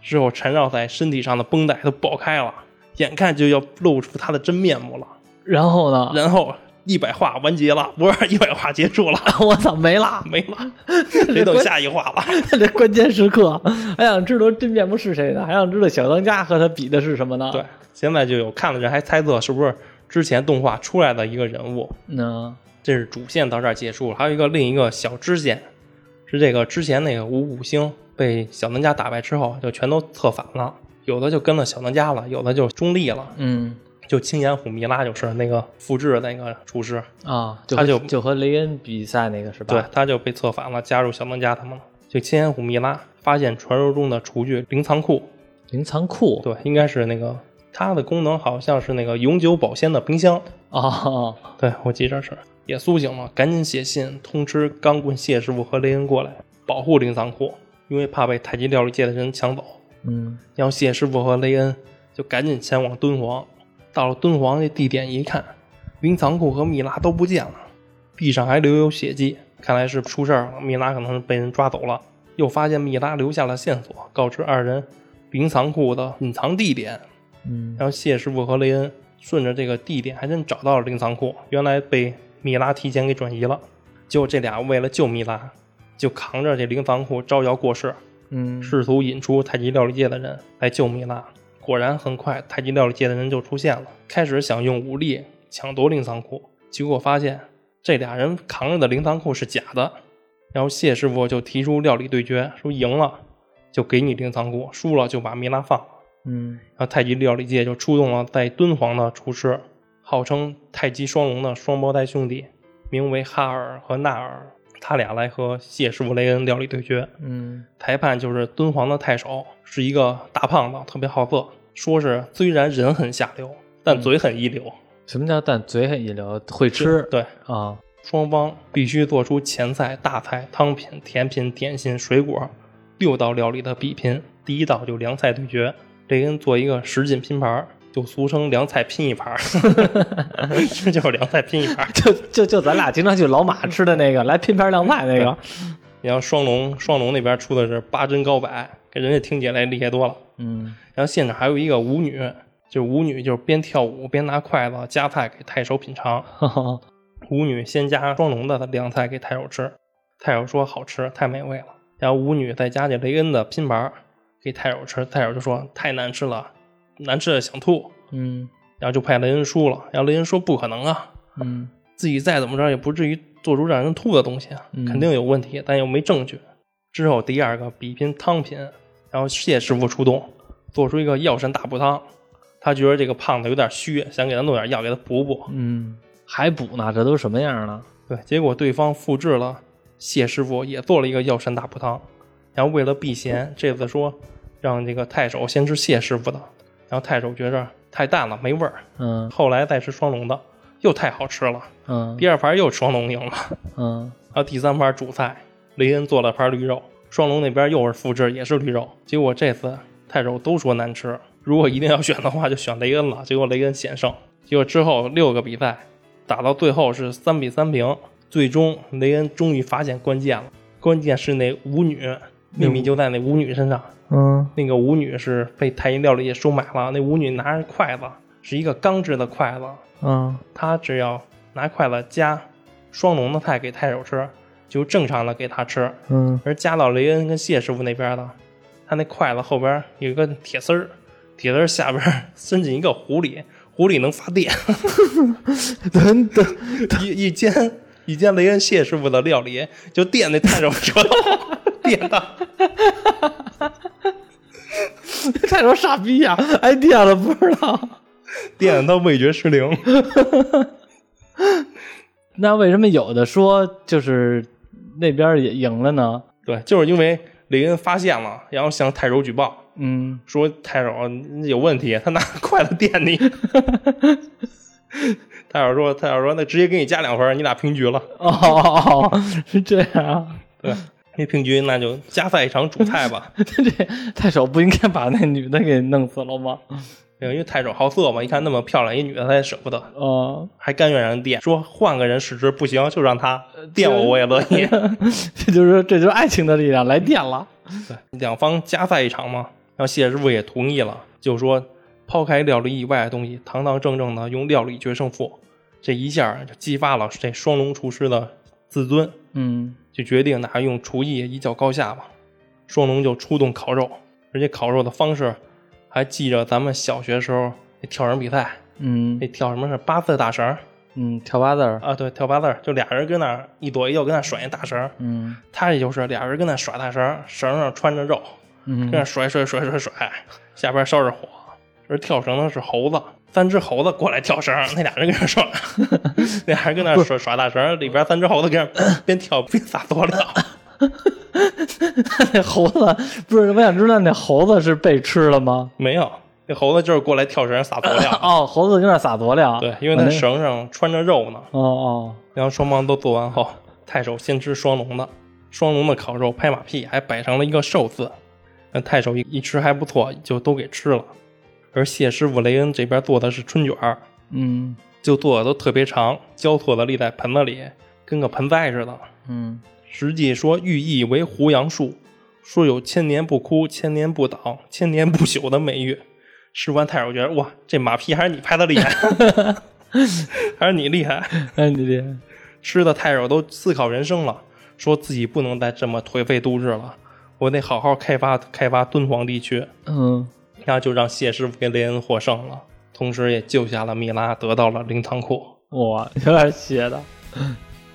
之后缠绕在身体上的绷带都爆开了，眼看就要露出他的真面目了。然后呢？然后一百话完结了，不是一百话结束了，我操，没了！没了，得等下一话了。 这关键时刻，还想知道真面目是谁呢？还想知道小当家和他比的是什么呢？对，，现在就有看的人还猜测是不是之前动画出来的一个人物。那这是主线到这儿结束了，还有一个另一个小支线，是这个之前那个五五星被小当家打败之后，就全都策反了，有的就跟了小当家了，有的就中立了，嗯就青眼虎弥拉就是那个复制那个厨师，啊，他和就就和雷恩比赛那个是吧？对，，他就被策反了，加入小当家他们了。这青眼虎弥拉发现传说中的厨具灵藏库，零仓库对，应该是那个它的功能好像是那个永久保鲜的冰箱，哦，对我记着是。也苏醒了，赶紧写信通知钢棍谢师傅和雷恩过来保护灵藏库，因为怕被太极料理界的人抢走。嗯然后谢师傅和雷恩就赶紧前往敦煌。到了敦煌这地点一看，灵藏库和蜜拉都不见了，地上还留有血迹，看来是出事儿了。蜜拉可能是被人抓走了。又发现密拉留下了线索，告知二人林仓库的隐藏地点。嗯然后谢师傅和雷恩顺着这个地点还真找到了林仓库，原来被米拉提前给转移了。结果这俩为了救米拉，就扛着这林仓库招摇过市，嗯试图引出太极料理界的人来救米拉。果然，很快太极料理界的人就出现了，开始想用武力抢夺灵仓库，结果发现这俩人扛着的灵仓库是假的。然后谢师傅就提出料理对决，说赢了就给你灵仓库，输了就把米拉放了。嗯然后太极料理界就出动了在敦煌的厨师，号称太极双龙的双胞胎兄弟，名为哈尔和纳尔，他俩来和谢师傅雷恩料理对决。嗯裁判就是敦煌的太守，是一个大胖子，特别好色。说是虽然人很下流，但嘴很一流。什么叫但嘴很一流，会吃对，啊？双方必须做出前菜、大菜、汤品、甜品、点心、水果六道料理的比拼。第一道就凉菜对决，雷恩做一个十进拼盘儿，就俗称凉菜拼一盘儿，这就是凉菜拼一盘儿。就就就咱俩经常去老马嗯吃的那个，来拼盘凉菜那个，然后双龙双龙那边出的是八珍高百，给人家听起来厉害多了。 嗯然后现场还有一个舞女，就是舞女就是边跳舞边拿筷子夹菜给太守品尝。嗯舞女先夹双龙的凉菜给太守吃，太守说好吃，太美味了。然后舞女再夹这雷恩的拼盘儿给太守吃，太守就说太难吃了，难吃的想吐。嗯然后就派雷恩输了。然后雷恩说不可能啊，嗯自己再怎么着也不至于做出让人吐的东西啊，嗯肯定有问题，但又没证据。之后第二个比拼汤品，然后谢师傅出动，做出一个药膳大补汤。他觉得这个胖子有点虚，想给他弄点药给他补补。嗯还补呢？这都什么样了？对，结果对方复制了谢师傅也做了一个药膳大补汤，然后为了避嫌，这次说让这个太守先吃谢师傅的，然后太守觉着太淡了没味儿，嗯后来再吃双龙的，又太好吃了，嗯第二盘又双龙赢了。嗯然后第三盘主菜，雷恩做了盘驴肉，双龙那边又是复制，也是驴肉。结果这次太守都说难吃，如果一定要选的话，就选雷恩了。结果雷恩险胜。结果之后六个比赛打到最后是三比三平，最终雷恩终于发现关键了，关键是那舞女，秘密就在那舞女身上。嗯那个舞女是被太阴料理收买了，那舞女拿着筷子是一个钢制的筷子，嗯他只要拿筷子夹双龙的菜给太守吃，就正常的给他吃。嗯而夹到雷恩跟谢师傅那边的，他那筷子后边有一个铁丝儿，铁丝儿下边 伸进一个壶里，壶里能发电， 等 等，一一煎一煎雷恩谢师傅的料理，就电那太守舌头， 电到。太多傻逼呀、哎挨电了不知 道。电到味觉失灵，那为什么有的说就是那边也赢了呢？对，就是因为雷恩发现了，然后向太守举报，嗯说太守你有问题， 他拿筷子垫你。 太守说：“太守说，那直接给你加两分，你俩平局了。哦哦哦，是这样 啊。没平局，那就加赛一场主菜吧。 这太守不应该把那女的给弄死了吗？对因为太守好色嘛，一看那么漂亮一女的，他也舍不得，哦，还甘愿让人垫。说换个人使之不行，就让他垫我，我也乐意。这 就是这就是爱情的力量，来电了。 两方加赛一场嘛，然后谢师傅也同意了，就说抛开料理以外的东西，堂堂正正的用料理决胜负。这一下就激发了这双龙厨师的自尊，嗯就决定拿用厨艺一较高下吧。双龙就出动烤肉，而且烤肉的方式还记着咱们小学时候那跳绳比赛，嗯那跳什么是八字大绳儿嗯，跳八字儿。啊？对，跳八字儿，就俩人跟那儿一左一右跟那儿甩那大绳儿。嗯他也就是俩人跟那甩大绳儿，绳上穿着肉，嗯跟那甩甩甩甩甩，下边烧着火。而跳绳的是猴子，三只猴子过来跳绳儿，那俩人跟那耍， 那俩人跟那耍耍大绳儿，里边三只猴子跟那 边跳边撒佐料。那猴子不是，我想知道那猴子是被吃了吗？没有，那猴子就是过来跳绳撒佐 料。哦，猴子跟那撒佐料。哎对，因我为那啊哦那绳上穿着肉呢。哦哦，然后双方都做完后，太守先吃双龙的，双龙的烤肉拍马屁还摆上了一个寿字。那太守一一吃还不错，就都给吃了。而谢师傅雷恩这边做的是春卷儿，嗯就做的都特别长，交错的立在盆子里，跟个盆栽似的。嗯实际说寓意为胡杨树，说有“千年不枯，千年不倒， 千年不朽”的美誉。吃完泰尔，我觉得哇，这马屁还是你拍的厉害， 还是你厉害。 哎，你这吃的太少，都思考人生了，说自己不能再这么颓废度日了，我得好好开发开发敦煌地区。嗯，那就让谢师傅给雷恩获胜了，同时也救下了米拉，得到了灵堂库，我有点邪的。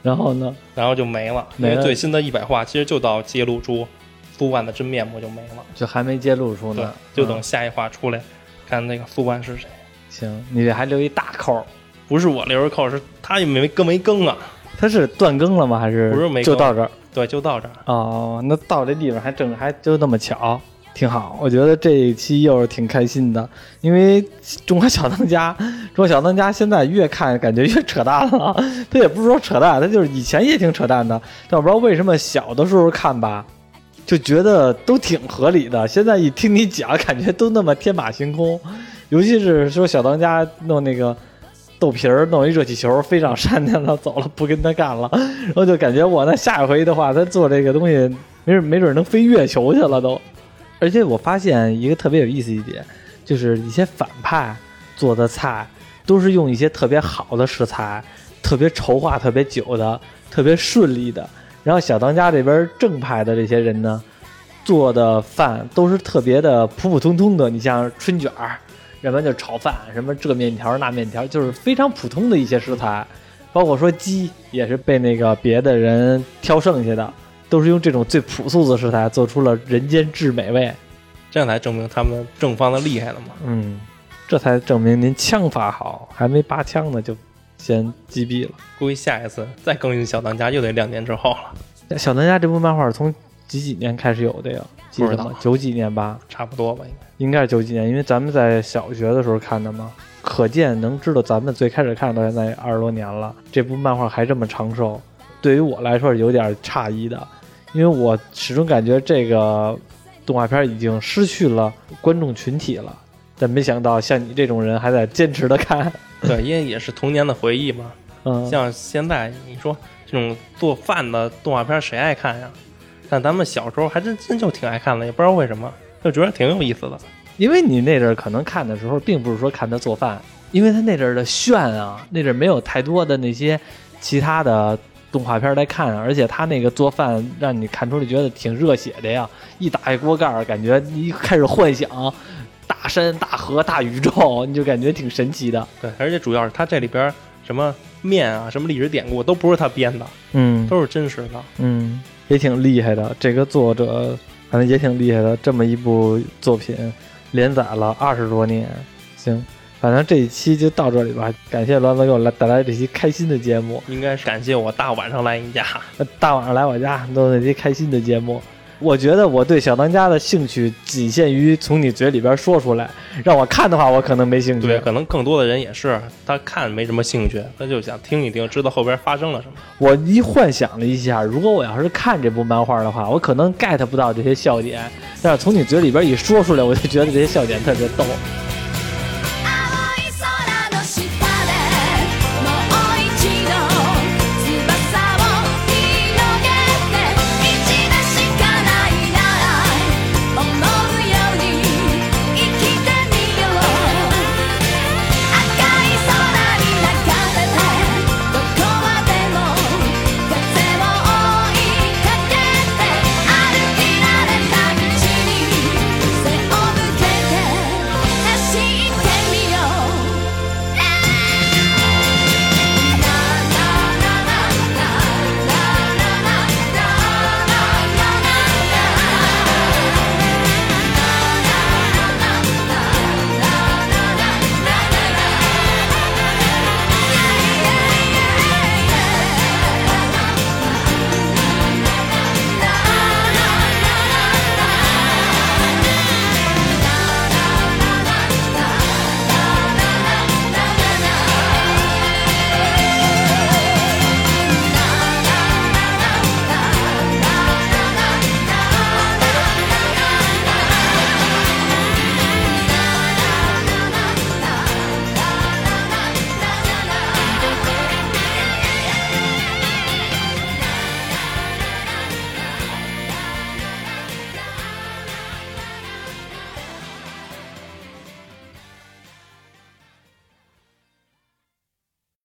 然后呢？然后就没了。因没为了最新的一百话其实就到揭露出苏万的真面目就没了，就还没揭露出嗯对呢，，就等下一话出来，看那个苏万是谁。行，你这还留一大扣儿，不是我留着扣，是他也没更没更啊。他是断更了吗？还是不是没更就到这儿？对，就到这儿。哦，那到这地方还正还就那么巧，挺好。我觉得这一期又是挺开心的，因为《中华小当家》《中华小当家》现在越看感觉越扯淡了。他也不是说扯淡，他就是以前也挺扯淡的，但我不知道为什么小的时候看吧，就觉得都挺合理的。现在一听你讲，感觉都那么天马行空，尤其是说小当家弄那个。豆皮儿弄一热气球飞上山去了，走了不跟他干了，然后就感觉我那下一回的话，他做这个东西，没准没准能飞月球去了都。而且我发现一个特别有意思一点，就是一些反派做的菜，都是用一些特别好的食材，特别筹划特别久的，特别顺利的。然后小当家这边正派的这些人呢，做的饭都是特别的普普通通的，你像春卷儿，要不然就是炒饭，什么这面条儿那面条儿，就是非常普通的一些食材。包括说鸡也是被那个别的人挑剩下的，都是用这种最朴素的食材做出了人间至美味。这样才证明他们正方的厉害了嘛。嗯，这才证明您枪法好，还没拔枪呢就先击毙了。估计下一次再更新小当家又得两年之后了，小当家这部漫画从几几年开始有的呀？记得不知吗道？九几年吧，差不多吧，应该。应该是九几年，因为咱们在小学的时候看的嘛。可见能知道咱们最开始看到现在二十多年了，这部漫画还这么长寿，对于我来说是有点诧异的，因为我始终感觉这个动画片已经失去了观众群体了，但没想到像你这种人还在坚持的看，对，因为也是童年的回忆嘛。嗯，像现在你说这种做饭的动画片，谁爱看呀？但咱们小时候还真真就挺爱看的，也不知道为什么，就觉得挺有意思的。因为你那阵儿可能看的时候，并不是说看他做饭，因为他那阵儿的炫啊，那阵儿没有太多的那些其他的动画片儿来看，而且他那个做饭让你看出来觉得挺热血的呀， 一打开锅盖儿，感觉你一开始幻想 大山、大河、大宇宙， 你就感觉挺神奇的。对，而且主要是它这里边什么面啊、什么历史典故都不是他编的，嗯都是真实的。嗯，也挺厉害的。这个作者反正也挺厉害的，这么一部作品连载了二十多年。行，反正这一期就到这里吧。感谢栾子给我来带来这期开心的节目，应该是感谢我大晚上来你家，呃大晚上来我家都是这期开心的节目。我觉得我对小当家的兴趣仅限于从你嘴里边说出来，让我看的话，我可能没兴趣。对，可能更多的人也是他看没什么兴趣，他就想听一听，知道后边发生了什么。我一幻想了一下，如果我要是看这部漫画的话，我可能 get 不到这些笑点，但是从你嘴里边一说出来，我就觉得这些笑点特别逗。